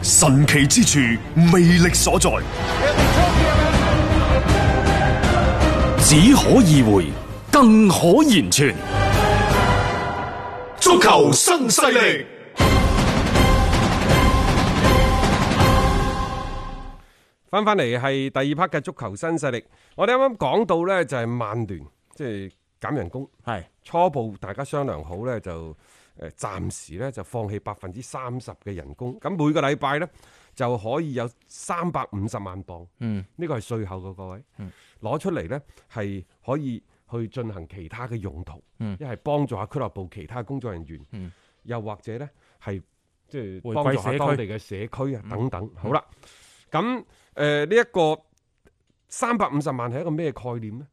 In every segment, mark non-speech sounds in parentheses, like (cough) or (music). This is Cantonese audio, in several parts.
神奇之處，魅力所在，只可意會，更可言傳。足球新勢力，翻翻嚟係第二 part 嘅足球新勢力，我哋啱啱講到呢，就係曼聯即係減人工，係初步大家商量好呢，就誒暫時呢，就放棄百分之三十嘅人工，咁每個禮拜呢，就可以有三百五十萬磅，嗯，呢個係稅後嘅各位，嗯攞出嚟呢，係可以去進行其他嘅用途，嗯一係幫助下俱樂部其他工作人員，又或者呢，係即係回幫歸助下社當區嗯地嘅社區啊等等。好啦，咁誒呢一個三百五十萬係一個咩概念呢？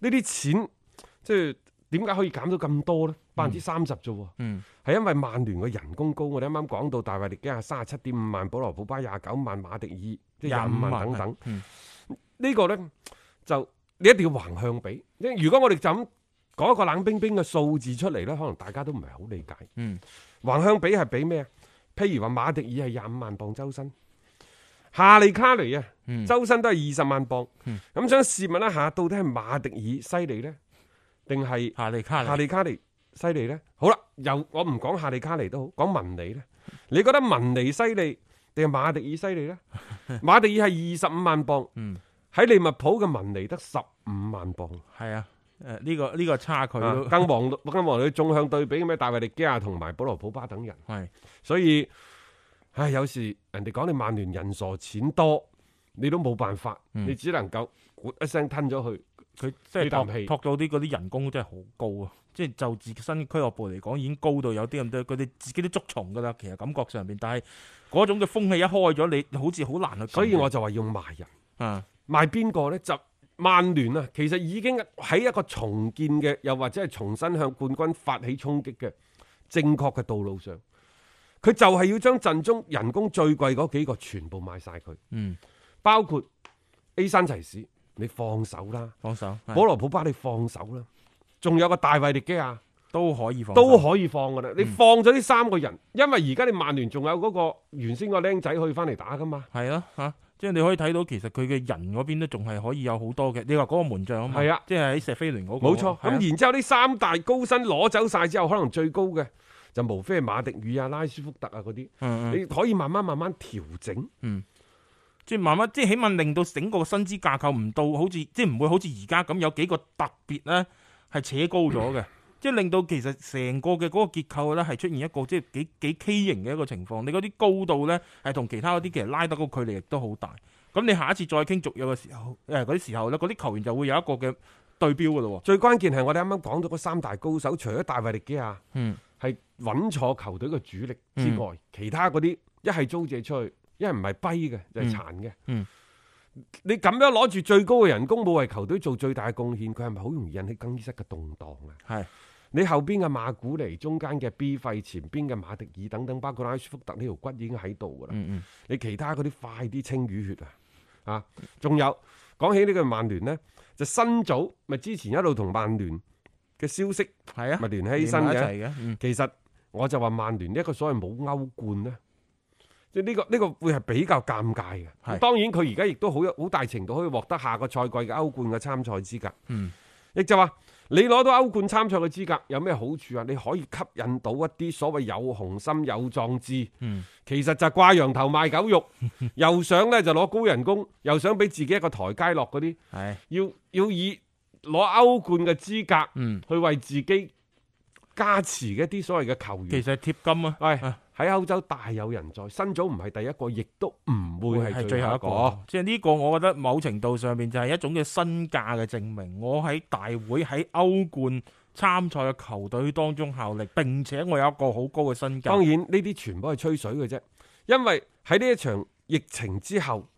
呢啲錢即係點解可以減到咁多呢？百分之三十啫喎，係、因為曼聯嘅人工高。我哋啱啱講到大衛迪基亞三十七點五萬，保羅普巴廿九萬，馬迪爾即係嗯廿五萬等等。呢個呢，就你一定要橫向比。因為如果我哋就咁講一個冷冰冰嘅數字出嚟呢，可能大家都唔係好理解。嗯，橫向比係比咩啊？譬如話馬迪爾係廿五萬磅周身，夏利卡雷啊，周身都係二十萬磅。咁、想試問一下，到底係馬迪爾犀利呢？定係夏利卡夏利卡尼犀利呢？好啦，又我唔講夏利卡尼都好，講文尼呢？你覺得文尼犀利定係馬迪爾犀利呢？馬迪爾係二十五萬磅，喺利物浦嘅文尼得十五萬磅。係啊，誒呢個呢個差距啊都更王更王女縱向對比咩？大衛迪基亞同埋保羅普巴等人，係所以唉，有時人哋講你曼聯人傻錢多，你都冇辦法，你只能夠咕一聲吞咗佢。佢即呢係啖氣托托到啲嗰啲人工真係好高啊！即係就自身俱樂部嚟講，已經高到有啲咁多，佢哋自己都捉蟲㗎啦。其實感覺上邊，但係嗰種嘅風氣一開咗，你好似好難去撳。所以我就話要賣人，啊，賣邊個呢？就曼聯啊，其實已經喺一個重建嘅，又或者係重新向冠軍發起衝擊嘅正確嘅道路上，佢就係要將陣中人工最貴嗰幾個全部賣晒佢，嗯，包括 A 山齊士，你放手啦。放手係保羅普巴你放手啦，仲有個大衛迪基亞都可以放手嗯都可以放噶啦。你放咗呢三個人，因為而家你曼聯仲有嗰個原先個僆仔可以翻嚟打噶嘛。係咯嚇，即係你可以睇到其實佢嘅人嗰邊都仲係可以有好多嘅。你話嗰個門將啊嘛，係啊即係喺石飛聯嗰個冇錯，咁係啊然之後呢三大高薪攞走晒之後，可能最高嘅就無非係馬迪爾啊、拉舒福特啊嗰啲，嗯嗯你可以慢慢慢慢調整。即係慢慢，即係起碼令到整個薪資架構唔到好似，即係唔會好似而家咁有幾個特別咧係扯高咗 (laughs) 嘅，即係令到其實成個嘅嗰個結構咧係出現一個即係幾幾畸形嘅一個情況。你嗰啲高度咧係同其他嗰啲其實拉得個距離亦都好大。咁你下一次再傾續約嘅時候，誒嗰啲時候咧，嗰啲球員就會有一個嘅對標噶咯最關鍵係我哋啱啱講到嗰三大高手，除咗大衛迪基亞嗯係穩坐球隊嘅主力之外，其他嗰啲一係租借出去，一係唔係跛嘅就係殘嘅。嗯你咁樣攞住最高嘅人工，冇為球隊做最大嘅貢獻，佢係咪好容易引起更衣室嘅動盪啊？喎。係你後邊嘅馬古尼、中間嘅 B 費、前邊嘅馬迪爾等等，包括拉舒福特呢條骨已經喺度㗎啦。嗯你其他嗰啲快啲清淤血啊！啊，仲有講起呢個曼聯呢，就新組咪之前一路同曼聯嘅消息嗯，係啊，咪聯繫起身連埋一嘅。齊嘅，嗯其實我就話曼聯呢一個所謂冇歐冠呢，即係呢個呢、個會係比較尷尬嘅。係當然佢而家亦都好有好大程度可以獲得下個賽季嘅歐冠嘅參賽資格。嗯，亦就話你攞到歐冠參賽嘅資格有咩好處啊？你可以吸引到一啲所謂有雄心有壯志，嗯其實就係掛羊頭賣狗肉， (laughs) 又想呢就攞高人工，又想俾自己一個台階落嗰啲，係要要以攞歐冠嘅資格嗯，去為自己加持嘅一啲所謂嘅球員。其實貼金啊，喂，啊喺歐洲大有人在，新組唔係第一個，亦都唔會會係係最最後後一哦一個個。，即係呢個我覺得某程度上面就係一種嘅身價嘅證明。我喺大會喺歐冠參賽嘅球隊當中效力，並且我有一個好高嘅身價。當然呢啲全部係吹水嘅啫，因為喺呢一場疫情之後，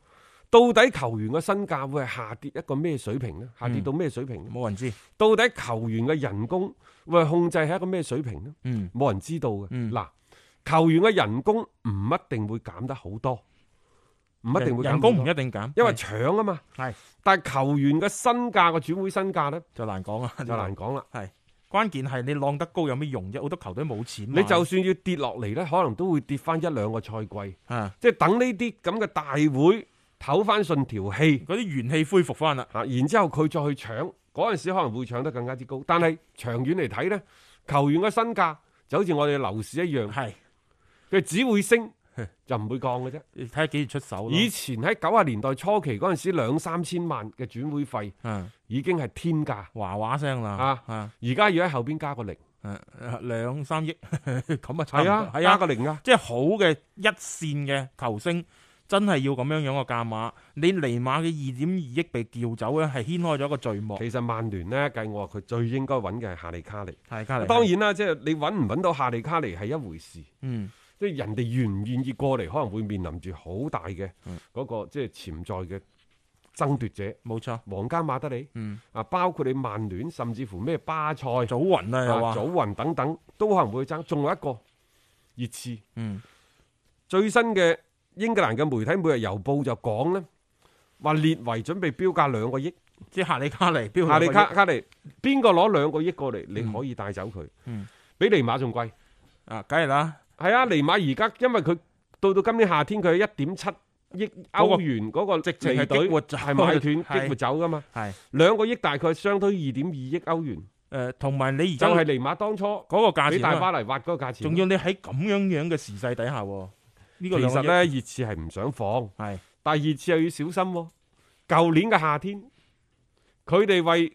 到底球員嘅身價會係下跌一個咩水平呢？下跌嗯到咩水平呢？冇人知，到底球員嘅人工會係控制喺一個咩水平呢？嗯冇人知道嘅。嗯嗱、球員嘅人工唔一定會減得好多，唔一定會減嗯人工唔好多一定減，因為係搶啊嘛。係但係球員嘅身價個轉會身價呢，就難講啊， (laughs) 就難講啦。係關鍵係你浪得高有咩用啫？好多球隊冇錢買，你就算要跌落嚟呢，可能都會跌翻一兩個賽季，啊即係等呢啲咁嘅大會唞翻順條氣嗰啲元氣恢復翻啦，嚇，啊然之後佢再去搶嗰陣時，可能會搶得更加之高。但係長遠嚟睇呢，球員嘅身價就好似我哋嘅樓市一樣，係佢只會 (laughs) 升就唔會降嘅啫。你睇下幾時出手咯。以前喺九十年代初期嗰陣時，兩三千萬嘅轉會費啊已經係天價，話話聲啦，啊啊而家要喺後邊加個零，誒兩三億 (laughs) 咁啊，差唔係多啊，係加啊個，零啊，即係好嘅一線嘅球星，真係要咁樣樣嘅價碼。你尼馬嘅二點二億被叫走咧，係掀開咗一個序幕。其實曼聯呢，計我話佢最應該揾嘅係夏利卡尼。係加當，然啦，即係你揾唔揾到夏利卡尼係一回事，嗯即係人哋願唔願意過嚟，可能會面臨住好大嘅嗰個即係潛在嘅爭奪者，冇錯，皇家馬德里嗯，啊，包括你曼聯，甚至乎咩巴塞、祖雲啊又啊、話，祖雲等等，都可能會爭。仲有一個熱刺。嗯最新嘅英格蘭嘅媒體《每日郵報》就講呢話列維準備標價兩個億，即係夏利卡尼，標佢夏利卡個億卡尼邊個攞兩個億過嚟，你可以帶走佢，嗯比尼馬仲貴。啊，梗係啦，係啊，尼馬而家因為佢到到今年夏天，佢一點七億歐元嗰個直直係激活走係買斷 (laughs) 係激活走噶嘛，係兩個億大概相當於二點二億歐元，誒，同埋你就而家係尼馬當初嗰個價俾錢大啊，巴黎挖嗰個價錢。仲要你喺咁樣樣嘅時勢底下喎，呢其個兩個實億呢，熱刺係唔想放。係第二次又要小心喎、舊年嘅夏天，佢哋為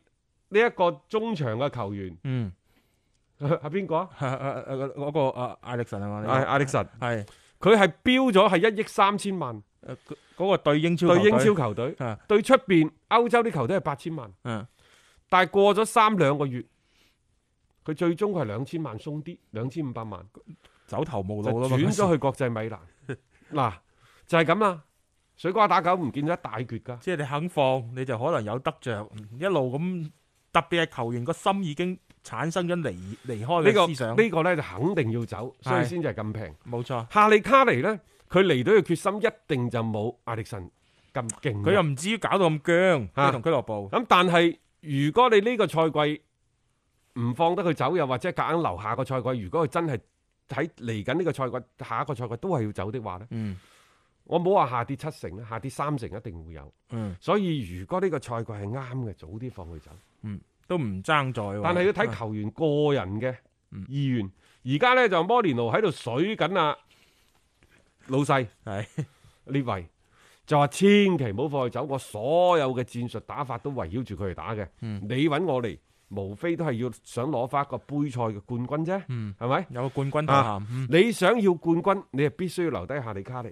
呢一個中場嘅球 (laughs) 員嗯， (laughs) 係邊個啊？嗰個啊艾力神係嘛？你係艾力神，係佢係標咗係一億三千萬誒嗰嗰個對英超對球英隊超球隊啊，對出邊歐洲啲球隊係八千萬，嗯但係過咗三兩個月，佢最終佢係兩千萬鬆啲，兩千五百萬走投無就路咯，轉嗰時咗去國際米 (laughs) 蘭。嗱，就係咁啦，水瓜打狗唔見咗一大橛㗎。即係你肯放，你就可能有得着，一路咁，特別係球員個心已經產生咗離離開呢個嘅思想，呢個咧就肯定要走，所以係先至係咁平。冇錯。夏利卡尼呢，佢嚟到嘅決心一定就冇艾力神咁勁。佢又唔至於搞到咁僵，嗯啊佢同俱樂部咁，但係如果你呢個賽季唔放得佢走，又或者夾硬留下個賽季，如果佢真係喺嚟緊呢個賽季、下一個賽季都係要走的話呢，嗯我冇話下跌七成啊啦，下跌三成一定會有。嗯所以如果呢個賽季係啱嘅，早啲放佢走。都唔爭在喎。但係要睇啊嗯球員個人嘅意願。而家呢，就摩連奴喺度水緊啊，老細。係列維就話千祈唔好放佢走，我所有嘅戰術打法都圍繞住佢嚟打嘅。嗯你揾我嚟，無非都係要想攞翻一個杯賽嘅冠軍啫，嗯係咪、有個冠軍頭啊銜，嗯你想要冠軍，你係必須要留低夏利卡尼。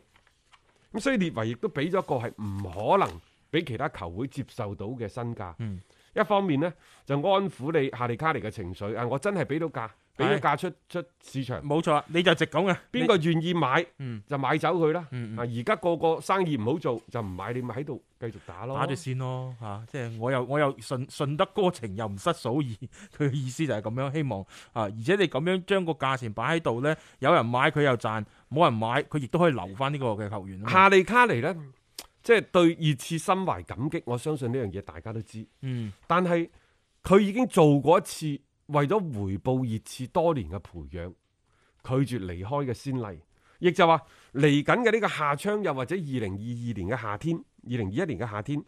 咁所以列維亦都俾咗一個係唔可能俾其他球會接受到嘅身價。嗯一方面呢，就安撫你夏利卡尼嘅情緒啊，我真係俾到價，俾咗係價出出市場。冇錯，你就直講嘅邊個願意買嗯就買走佢啦。嗯嗯啊，而家個個生意唔好做就唔買，你咪喺度繼續打你咯。打住先咯嚇，即係我又我又順順得哥情又唔失嫂意， (laughs) 佢嘅意思就係咁樣，希望啊，而且你咁樣將個價錢擺喺度咧，有人買佢又賺，冇人買佢亦都可以留翻呢個嘅球員啊嘛。夏利卡尼呢，即係對熱刺心懷感激，我相信呢樣嘢大家都知。嗯。但係佢已經做過一次為咗回報熱刺多年嘅培養，拒絕離開嘅先例，亦就話嚟緊嘅呢個夏窗，又或者二零二二年嘅夏天、二零二一年嘅夏天，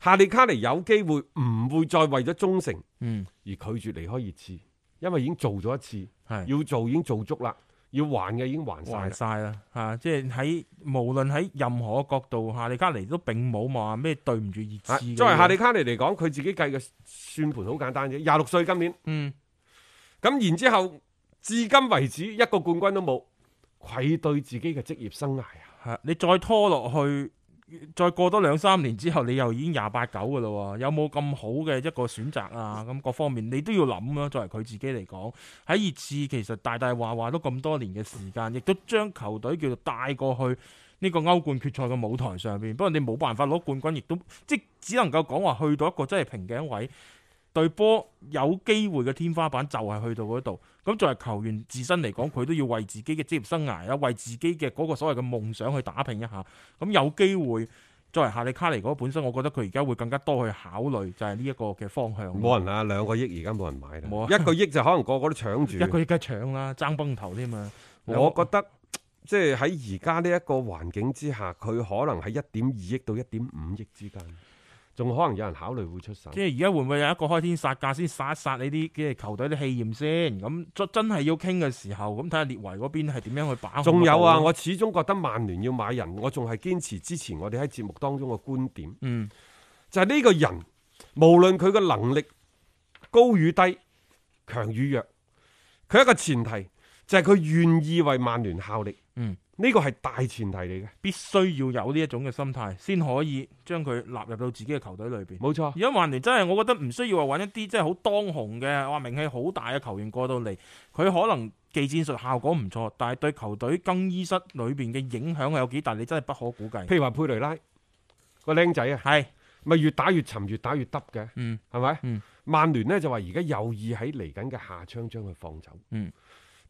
夏利卡尼有機會唔會再為咗忠誠嗯，而拒絕離開熱刺，因為已經做咗一次。係要做已經做足啦，要還嘅已經還晒啦還。晒啦嚇，即係喺無論喺任何角度下，夏利卡尼都並冇話咩對唔住熱啊刺嘅嘢。作為夏利卡尼嚟講，佢自己計嘅算盤好簡單啫，廿六歲今年，嗯咁然之後至今為止一個冠軍都冇，愧對自己嘅職業生涯啊！係，你再拖落去，再過多兩三年之後，你又已經廿八九嘅咯喎，有冇咁好嘅一個選擇啊？咁各方面你都要諗啦。作為佢自己嚟講，喺熱刺其實大大話話都咁多年嘅時間，亦都將球隊叫做帶過去呢個歐冠決賽嘅舞台上邊。不過你冇辦法攞冠軍，亦都即只能夠講話去到一個真係瓶頸位。對波有機會嘅天花板就係去到嗰度，咁作為球員自身嚟講，佢都要為自己嘅職業生涯啊，為自己嘅嗰個所謂嘅夢想去打拼一下。咁有機會作為夏利卡尼嗰本身，我覺得佢而家會更加多去考慮就係呢一個嘅方向。冇人啊，兩個億而家冇人買啦，嗯冇啊一個億就可能個個都搶住。一個梗係搶啦，爭崩頭添啊！我覺得即係喺而家呢一個環境之下，佢可能喺一點二億到一點五億之間，仲可能有人考慮會出手。即係而家會唔會有一個開天殺價先殺一殺你啲嘅球隊啲氣焰先？咁真真係要傾嘅時候，咁睇下列維嗰邊係點樣去把控仲有啊，得到我始終覺得曼聯要買人，我仲係堅持之前我哋喺節目當中嘅觀點，嗯就係呢個人無論佢嘅能力高與低、強與弱，佢一個前提就係佢願意為曼聯效力，嗯。呢個係大前提嚟嘅，必須要有呢一種嘅心態，先可以將佢納入到自己嘅球隊裏邊。冇錯而。家曼聯真係，我覺得唔需要話揾一啲即係好當紅嘅，哇名氣好大嘅球員過到嚟，佢可能技戰術效果唔錯，但係對球隊更衣室裏邊嘅影響係有幾大，你真係不可估計。譬如話佩雷拉個僆仔啊，係，咪越打越沉，越打越耷嘅，嗯係咪？嗯曼聯呢就話而家有意喺嚟緊嘅夏窗將佢放走，嗯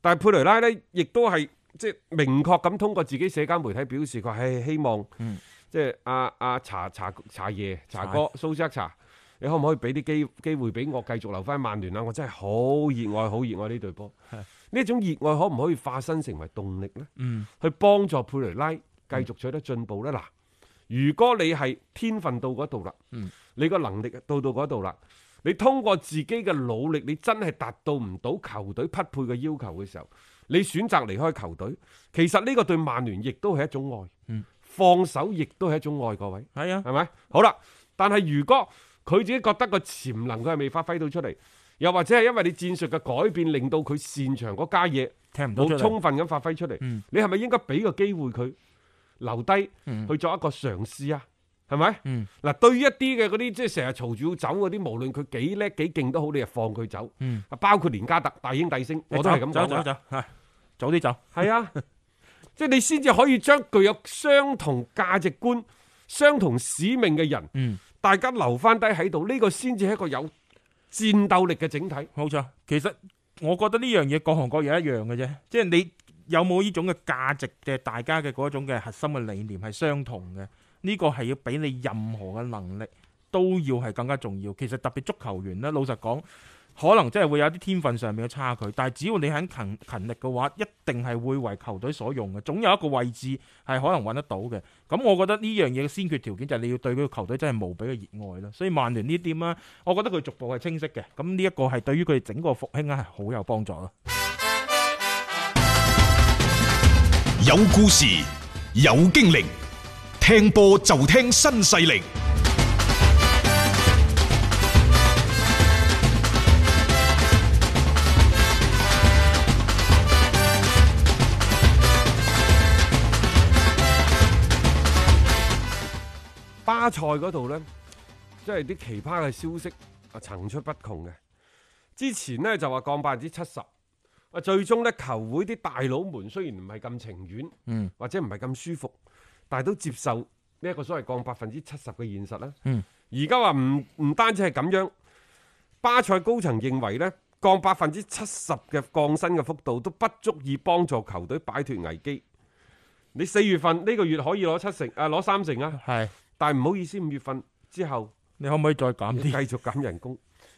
但係佩雷拉呢，亦都係即係明確咁通過自己社交媒體表示，佢係希望、嗯即係阿阿查查查爺查查哥蘇斯克查。你可唔可以俾啲機機會俾我繼續留翻曼聯啊？我真係好熱愛，好熱愛呢隊波。呢種熱愛可唔可以化身成為動力呢？嗯去幫助佩雷拉繼續取得進步咧？嗱、如果你係天分到嗰度啦，嗯你個能力到到嗰度啦，你通過自己嘅努力，你真係達到唔到球隊匹配嘅要求嘅時候，你選擇離開球隊，其實呢個對曼聯亦都係一種愛，嗯放手亦都係一種愛，各位係啊，係咪？好啦，但係如果佢自己覺得個潛能佢係未發揮到出嚟，又或者係因為你戰術嘅改變令到佢擅長嗰家嘢。聽唔到出冇嚟充分咁發揮出嚟，嗯你係咪應該俾個機會佢留低、嗯去作一個嘗試啊？係咪？嗯嗱、對於一啲嘅嗰啲即係成日嘈住要走嗰啲，無論佢幾叻幾勁都好，你就放佢走。嗯啊包括連加特大兄弟星，我都係咁走講走㗎。走，係早啲走。係啊， (laughs) 即係你先至可以將具有相同價值觀、相同使命嘅人，嗯大家留翻低喺度，呢、個先至係一個有戰鬥力嘅整體。冇錯，其實我覺得呢樣嘢各行各業一樣嘅啫，即係你有冇呢種嘅價值嘅，大家嘅嗰種嘅核心嘅理念係相同嘅，呢、個係要比你任何嘅能力都要係更加重要。其實特別足球員呢，老實講，可能真係會有啲天分上面嘅差距，但係只要你肯勤勤力嘅話，一定係會為球隊所用嘅，總有一個位置係可能揾得到嘅。咁我覺得呢樣嘢嘅先決條件就係你要對佢個球隊真係無比嘅熱愛啦。所以曼聯呢點啦。我覺得佢逐步係清晰嘅，咁呢一個係對於佢哋整個復興咧啊係好有幫助咯。有故事，有經歷，聽波就聽新勢力。巴塞嗰度呢，即係啲奇葩嘅消息啊層出不窮嘅。之前呢，就話降百分之七十，啊最終呢，球會啲大佬們雖然唔係咁情願，嗯，或者唔係咁舒服，但係都接受呢一個所謂降百分之七十嘅現實啦。嗯，而家話唔唔單止係咁樣，巴塞高層認為呢，降百分之七十嘅降薪嘅幅度都不足以幫助球隊擺脱危機。你四月份呢、個月可以攞七成啊，攞三成啊！係，但係唔好意思，五月份之後你可唔可以再減要繼啲？續減人工，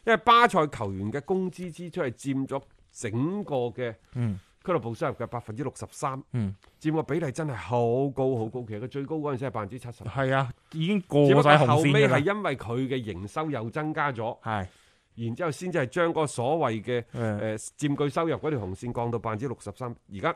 因為巴塞球員嘅工資支出係佔咗整個嘅嗯俱樂部收入嘅百分之六十三，嗯，佔個比例真係好高好高，其實佢最高嗰陣時係百分之七十。係啊，已經只不過晒過紅後線尾㗎係啦。因為佢嘅營收又增加咗，係，然之後先至係將嗰個所謂嘅誒，誒佔據收入嗰條紅線降到百分之六十三。而家，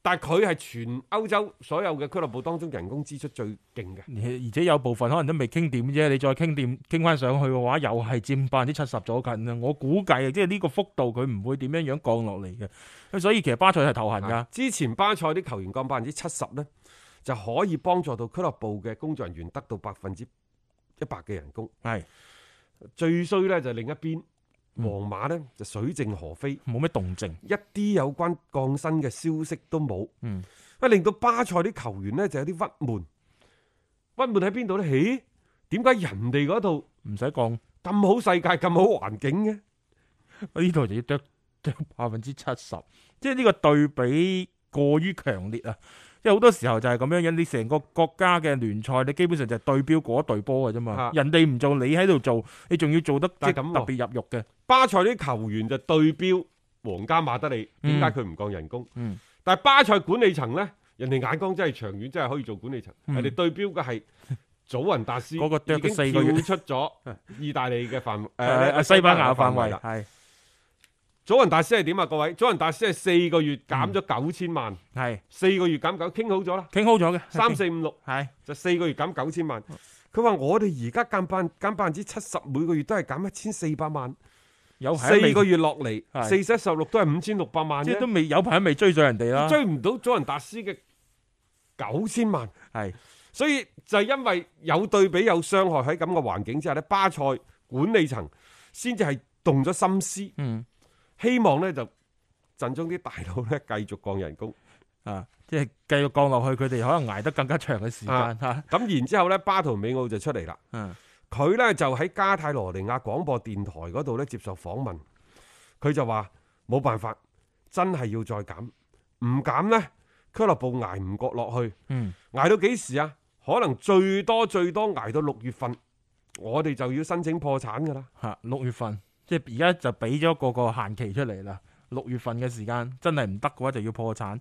但係佢係全歐洲所有嘅俱樂部當中人工支出最勁嘅。而且有部分可能都未傾掂啫，你再傾掂傾翻上去嘅話，又係佔百分之七十左近啦。啊我估計即係呢個幅度佢唔會點樣樣啊降落嚟嘅，咁所以其實巴塞係頭痕㗎。之前巴塞啲球員降百分之七十呢，就可以幫助到俱樂部嘅工作人員得到百分之一百嘅人工。係嗯最衰呢，就另一邊，皇馬呢，就水靜河飛，冇咩動靜。一啲有關降薪嘅消息都冇。嗯，啊令到巴塞啲球員呢，就有啲鬱悶。鬱悶喺邊度呢？咦，點解人哋嗰度唔使降，咁好世界、咁好環境嘅？我呢度就要剁剁百分之七十，即係呢個對比過於強烈啊！即係好多時候就係咁樣樣，你成個國家嘅聯賽，你基本上就係對標嗰隊波嘅啫嘛啊。人哋唔做，你喺度做，你仲要做得即但係係特咁喎別入肉嘅。巴塞啲球員就對標皇家馬德里，點解佢唔降人工？嗯但係巴塞管理層呢，人哋眼光真係長遠，真係可以做管理層。嗯人哋對標嘅係祖雲達斯，嗰個啄已經咗四個月跳出咗意大利嘅範 (laughs) 誒誒誒西班牙嘅範圍圍啦。係祖雲達斯係點啊？各位，祖雲達斯係四個月減嗯咗九千萬，係四個月減九，傾好咗啦，傾好咗嘅三四五六。係嗯就四個月減九千萬。佢話我哋而家減百減百分之七十，每個月都係減一千四百萬，有排都四哦啊未個月落嚟係四七十六都係五千六百萬即係都啊啫，未有排都未追上人哋啦。追唔到佐仁達斯嘅九千萬。係所以就係因為有對比有傷害喺咁嘅環境之下咧，巴塞管理層先至係動咗心思，嗯希望咧就陣中啲大佬咧繼續降人工。啊，即係繼續降落去，佢哋可能捱得更加長嘅時間啊嚇。咁然之後咧，巴圖美奧就出嚟啦。嗯佢呢就喺加泰羅尼亞廣播電台嗰度呢接受訪問，佢就話冇辦法，真係要再減，唔減呢，俱樂部捱唔過落去，嗯捱到幾時啊？可能最多最多捱到六月份，我哋就要申請破產噶啦。嚇，六月份即係而家就俾咗個個限期出嚟啦。六月份嘅時間真係唔得嘅話，就要破產。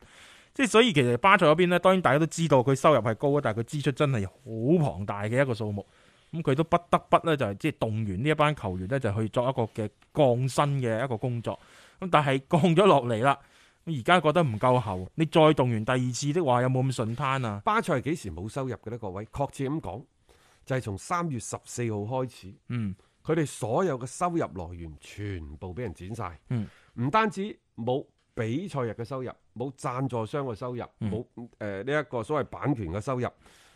即係所以其實巴塞嗰邊咧，當然大家都知道佢收入係高啊，但係佢支出真係好龐大嘅一個數目。咁佢都不得不咧，就係即係動員呢一班球員咧，就去作一個嘅降薪嘅一個工作。咁但係降咗落嚟啦，咁而家覺得唔夠喉，你再動員第二次的話，有冇咁順攤啊？巴塞係幾時冇收入嘅呢？各位，確切咁講，就係從三月十四號開始，嗯，佢哋所有嘅收入來源全部俾人剪晒。嗯，唔單止冇比賽日嘅收入，冇贊助商嘅收入，嗯冇誒呢一個所謂版權嘅收入，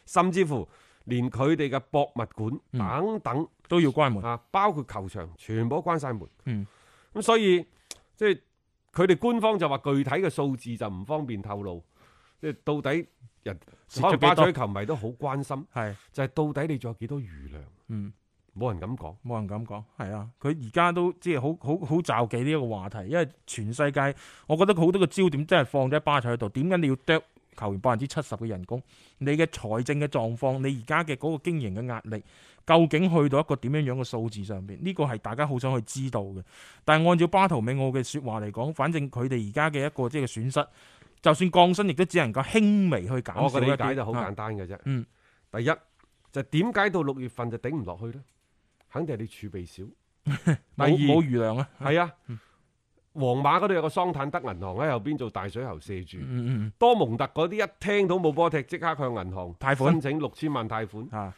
甚至乎連佢哋嘅博物館嗯等等、都要關門。啊，包括球場，全部都關晒門。嗯，咁所以即係佢哋官方就話具體嘅數字就唔方便透露，即係到底人蝕咗可能巴幾多塞球迷都好關心，係，就係、到底你仲有幾多餘糧？嗯。冇人敢講。冇人敢講，係啊！佢而家都即係好好好罩忌呢一個話題，因為全世界我覺得好多個焦點真係放咗喺巴塞度。點解你要啄球員百分之七十嘅人工？你嘅財政嘅狀況，你而家嘅嗰個經營嘅壓力，究竟去到一個點樣樣嘅數字上邊？呢個係大家好想去知道嘅。但係按照巴圖美奧嘅説話嚟講，反正佢哋而家嘅一個即係損失，就算降薪，亦都只能夠輕微去減我嘅少一理啲解就好啊簡單嘅啫。嗯第一就點解到六月份就頂唔落去呢？肯定係你儲備少。第冇二冇餘量啊！係啊，皇馬嗰度有個桑坦德銀行喺後邊做大水喉射住，嗯嗯嗯多蒙特嗰啲一聽到冇波踢，即刻向銀行貸款申請六千萬貸款。啊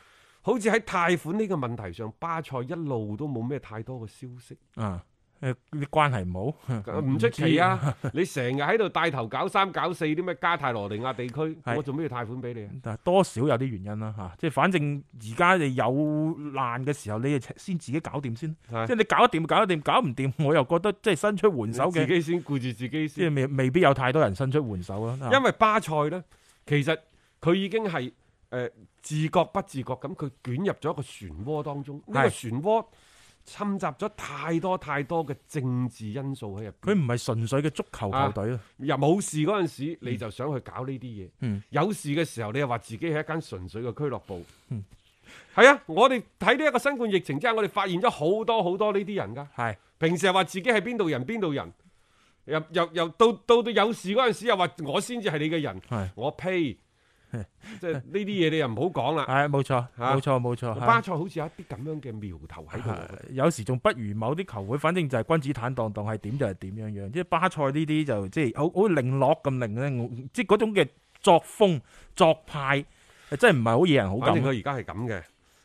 好似喺貸款呢個問題上，巴塞一路都冇咩太多嘅消息，啊！誒啲關係唔好，唔出奇啊！ (laughs) 你成日喺度帶頭搞三搞四啲咩加泰羅尼亞地區，係我做咩要貸款俾你啊？但係多少有啲原因啦嚇、即係反正而家你有難嘅時候，你就先自己搞掂先。係即係你搞得掂，搞得掂，搞唔掂，我又覺得即係伸出援手你自嘅，己先顧住自己即先係。未未必有太多人伸出援手啦。因為巴塞呢，其實佢已經係誒、呃自覺不自覺咁，佢捲入咗一個漩渦當中。呢、個漩渦侵襲咗太多太多嘅政治因素喺入佢邊。唔係純粹嘅足球啊球隊啦，又冇事嗰陣時，你就想去搞呢啲嘢；嗯有事嘅時候，你又話自己係一間純粹嘅俱樂部。嗯係啊，我哋睇呢一個新冠疫情之下，我哋發現咗好多好多呢啲人㗎。係平時又話自己係邊度人邊度人，又又又到到到有事嗰陣時又話我先至係你嘅人係，我 (laughs) 呸！即係呢啲嘢你又唔好講啦。係冇錯，冇錯冇錯。啊巴係塞好似有一啲咁樣嘅苗頭喺度，係有時仲不如某啲球會，反正就係君子坦蕩蕩，係點就係點樣樣。即係巴塞呢啲就即係好好零落咁零咧，我即係嗰種嘅作風作派，真係唔係好惹人好反感啊正佢。而家係咁嘅，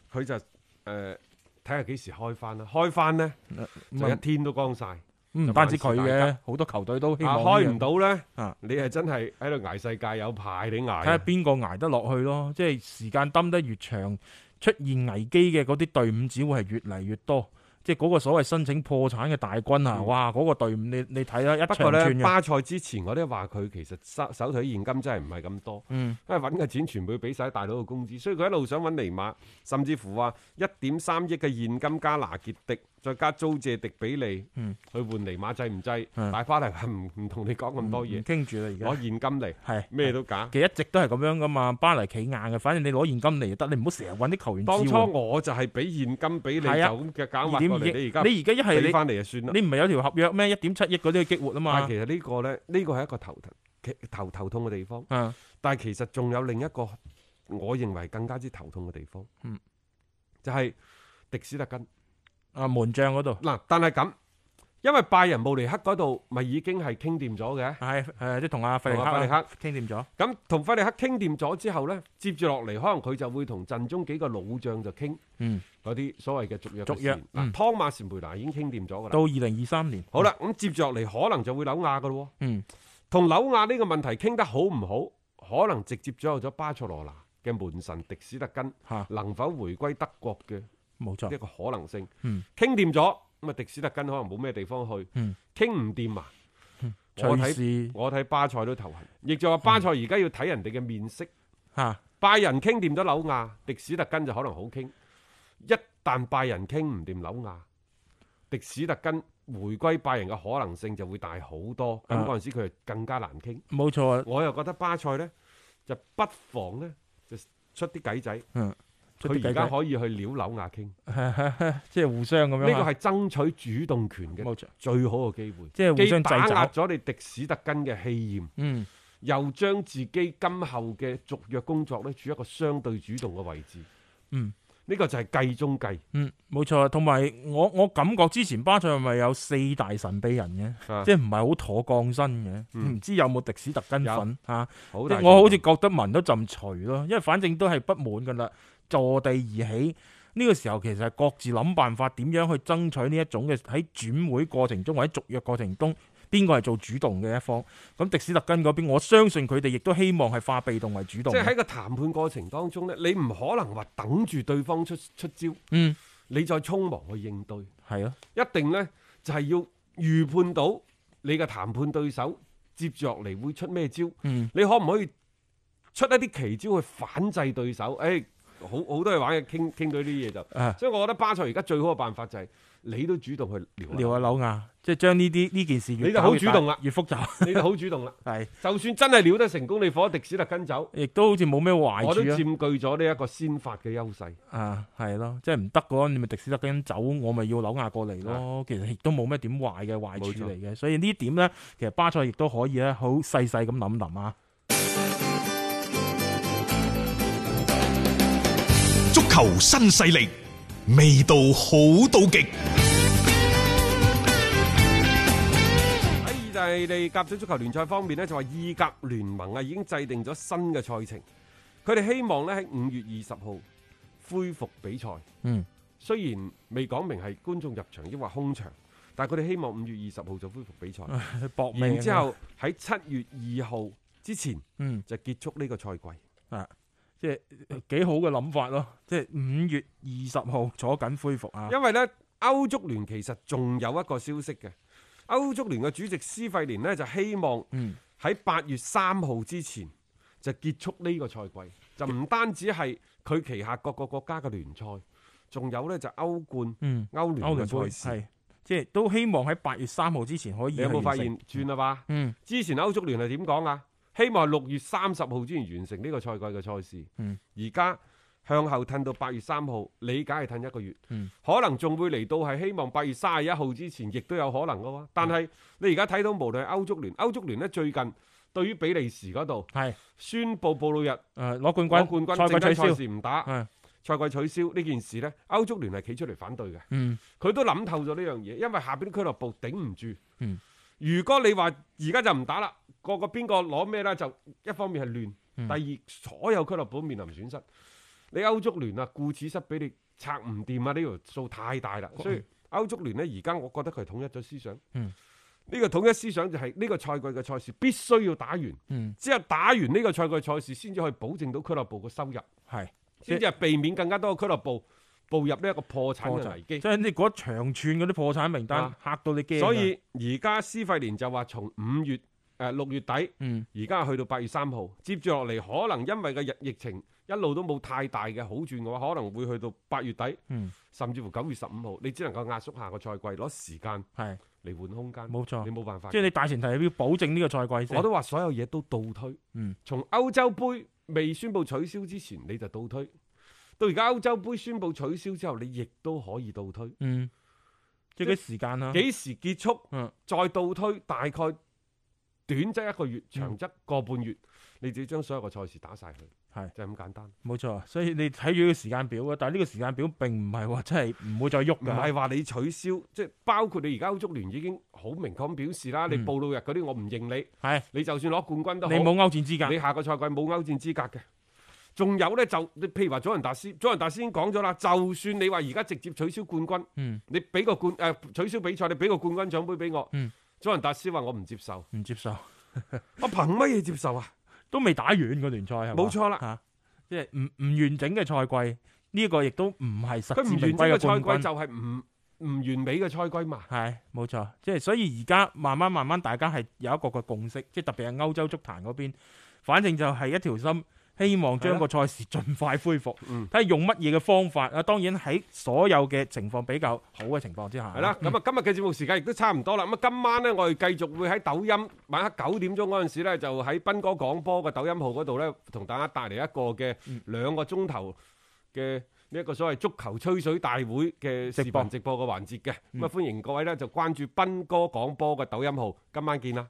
呃佢就誒睇下幾時開翻啦。開翻呢，就一天都光晒。唔就單止佢萬事啊大吉嘅，好多球隊都希啊，望開呢唔樣，到咧啊，你係真係喺度捱世界有排你睇下捱。邊個捱得落去咯。即係時間蹲得越長，出現危機嘅嗰啲隊伍只會係越嚟越多。即係嗰個所謂申請破產嘅大軍啊，嗯哇！嗰、個隊伍你你睇啦，一不過長咧串，嘅，巴塞之前我都話佢其實手手頭現金真係唔係咁多，嗯，因為揾嘅錢全部要俾晒大佬嘅工資，所以佢一路想揾尼馬，甚至乎話一點三億嘅現金加拿傑迪，再加租借迪比利、嗯去換尼馬，制唔制？嗯大巴黎話唔唔同你講咁多嘢，傾住啦，而攞家現金嚟，係咩都假。其實一直都係咁樣噶嘛，巴黎企硬嘅，反正你攞現金嚟就得，你唔好成日揾啲球員當置初換我就係俾現金俾你就係啊咁嘅搞二法點過二嚟，你億而家你而家一係俾你翻嚟就算啦。你唔係有條合約咩？一點七億嗰啲去激活啊但係嘛其。實呢個呢，呢個係一個頭頭頭頭痛嘅地方。啊，但係其實仲有另一個，我認為更加之頭痛嘅地方，嗯就係迪斯特根啊門將嗰度嗱。但係咁，因為拜仁慕尼黑嗰度咪已經係傾掂咗嘅，係誒，即係同阿費力同克阿費力克傾掂咗。咁同費利克傾掂咗之後呢，接住落嚟可能佢就會同陣中幾個老將就傾嗯，嗰啲所謂嘅續約嘅續約事嗯嗱，湯馬士梅拿已經傾掂咗㗎啦。到二零二三年。好，啦，咁接住落嚟可能就會紐亞㗎咯喎。嗯，同紐亞呢個問題傾得好唔好，可能直接左右咗巴塞羅那嘅門神迪斯特根嚇能否回歸德國嘅冇錯一。個可能性。嗯傾掂咗，咁啊迪斯特根可能冇咩地方去嗯，傾唔掂啊！我隨睇時我睇巴塞都頭痕，亦就話巴塞而家要睇人哋嘅面色。嚇拜仁傾掂咗紐亞，迪斯特根就可能好傾。一旦拜仁傾唔掂紐亞，迪斯特根回歸拜仁嘅可能性就會大好多。咁啊嗰陣時佢就更加難傾。冇錯啊，我又覺得巴塞呢，就不妨呢，就出啲計仔，出佢啲而計家計可以去撩紐亞傾，呢 (laughs) 即係互相咁樣個啊。係爭取主動權嘅冇錯。最好嘅機會，即係互既相制打壓肘。咗你迪史特根嘅氣焰，嗯，又將自己今後嘅續約工作呢，處一個相對主動嘅位置。嗯，呢個就係計中計。嗯，冇錯啊。同埋我我感覺之前巴塞係咪有四大神秘人嘅？啊即係唔係好妥降身嘅？唔、嗯知有冇迪史特根有粉嚇？好即大係我好程似覺得聞到陣除咯，因為反正都係不滿噶啦，坐地而起。呢、個時候其實係各自諗辦法點樣去爭取呢一種嘅喺轉會過程中或者續約過程中，邊個係做主動嘅一方？咁迪斯特根嗰邊，我相信佢哋亦都希望係化被動為主度動即嘅。係喺個談判過程當中呢，你唔可能話等住對方出出招，嗯，你再匆忙去應對。係咯，一定呢，就係、要預判到你嘅談判對手接住落嚟會出咩招，嗯你可唔可以出一啲奇招去反制對手？誒、哎好好多嘢玩嘅，傾傾到呢啲嘢就，啊所以我覺得巴塞而家最好嘅辦法就係、你都主動去撩撩下，下紐亞，即係將呢啲呢件事越你就好搞越主大動啦越複雜你都好主動啦。係，就算真係撩得成功，你火迪斯特跟走，亦都好似冇咩我壞都處佔啊。據咗呢一個先發嘅優勢。啊，係咯，即係唔得嘅話，你咪迪斯特根走，我咪要紐亞過嚟咯。其實亦都冇咩點壞嘅壞處嚟嘅，所以呢點呢，其實巴塞亦都可以咧，好細細咁諗諗啊。 (laughs) 足球新勢力，味道好到極。喺意大利甲組足球聯賽方面呢，就話意甲聯盟啊已經制定咗新嘅賽程，佢哋希望呢喺五月二十號恢復比賽。嗯，雖然未講明係觀眾入場抑或空場，但係佢哋希望五月二十號就恢復比賽，搏命啊然之後喺七月二號之前嗯，就結束呢個賽季。即係幾好嘅諗法咯。即係五月二十號坐緊恢復啊。因為呢歐足聯其實仲有一個消息嘅，歐足聯嘅主席施費連呢就希望嗯喺八月三號之前就結束呢個賽季，就唔單止係佢旗下各個國家嘅聯賽，仲有呢就歐冠、嗯，歐聯歐聯嘅杯賽事。係即係都希望喺八月三號之前可以。你有冇發現？轉啦吧？嗯，啊之前歐足聯係點講啊？希望六月三十號之前完成呢個賽季嘅賽事。嗯而家向後褪到八月三號，理解係褪一個月。嗯可能仲會嚟到係希望八月三十一號之前，亦都有可能噶喎。但嗯係你而家睇到無論係歐足聯，歐足聯呢最近對於比利時嗰度係宣布布魯日誒攞冠攞軍，冠軍，賽正季經取賽消。事唔打，係賽季取消呢件事呢，歐足聯係企出嚟反對嘅。嗯。佢都諗透咗呢樣嘢，因為下邊啲俱樂部頂唔住。嗯如果你話而家就唔打啦，個個邊個攞咩咧，就一方面係亂，嗯第二所有俱樂部都面臨損失。你歐足聯啊，顧此失彼，你拆唔掂啊！呢條數太大啦，所以歐足聯呢，而家我覺得佢係統一咗思想。嗯呢個統一思想就係呢個賽季嘅賽事必須要打完，嗯，只有打完呢個賽季賽事，先至可以保證到俱樂部嘅收入，係。先至係避免更加多嘅俱樂部步入呢一個破產破嘅產危機即。係你嗰一長串嗰啲破產名單啊嚇到你驚啊。所以而家施費連就話從五月誒六、月底，嗯而家去到八月三號，接住落嚟可能因為個疫疫情一路都冇太大嘅好轉嘅話，可能會去到八月底，嗯甚至乎九月十五號，你只能夠壓縮下個賽季，攞時間係，嚟換空間。冇錯你冇辦法。即係你大前提係要保證呢個賽季先。我都話所有嘢都倒推。嗯，從歐洲杯未宣布取消之前，你就倒推；到而家歐洲杯宣布取消之後，你亦都可以倒推。嗯，即係嗰啲時間啦。幾時結束？啊嗯再倒推，大概短則一個月，嗯長則個半月，你就要將所有嘅賽事打晒佢，係就係咁簡單。冇錯，所以你睇住個時間表啊，但係呢個時間表並唔係話真係唔會再喐唔㗎。係話你取消，即係包括你而家歐足聯已經好明確咁表示啦，你嗯報到日嗰啲我唔認你，係你就算攞冠軍都好，你冇歐戰資你格，下個賽季冇歐戰資格嘅。仲有呢，就你譬如話佐仁達斯，佐仁達斯已經講咗啦，就算你話而家直接取消冠軍，嗯，你俾個冠誒、呃取消比賽，你俾個冠軍獎杯俾我，嗯佐仁達斯話我唔接受，唔接受，我憑乜嘢接受啊？都未打完個聯賽係嘛冇錯啦嚇即係唔唔完整嘅賽季，呢、個亦都唔係實佢唔至名完整嘅歸賽嘅冠季軍。就係唔唔完美嘅賽季嘛。係冇錯，即係所以而家慢慢慢慢，大家係有一個個共識，即係特別係歐洲足壇嗰邊，反正就係一條心，希望將個賽事盡快恢復。嗯睇下用乜嘢嘅方法啊！當然喺所有嘅情況比較好嘅情況之下，係啦，咁啊，今日嘅節目時間亦都差唔多啦。咁啊，今晚呢，我哋繼續會喺抖音晚黑九點鐘嗰陣時咧，就喺斌哥廣播嘅抖音號嗰度呢，同大家帶嚟一個嘅兩個鐘頭嘅呢一個所謂足球吹水大會嘅視直播頻直播嘅環節嘅。咁嗯啊，歡迎各位呢，就關注斌哥廣播嘅抖音號。今晚見啦！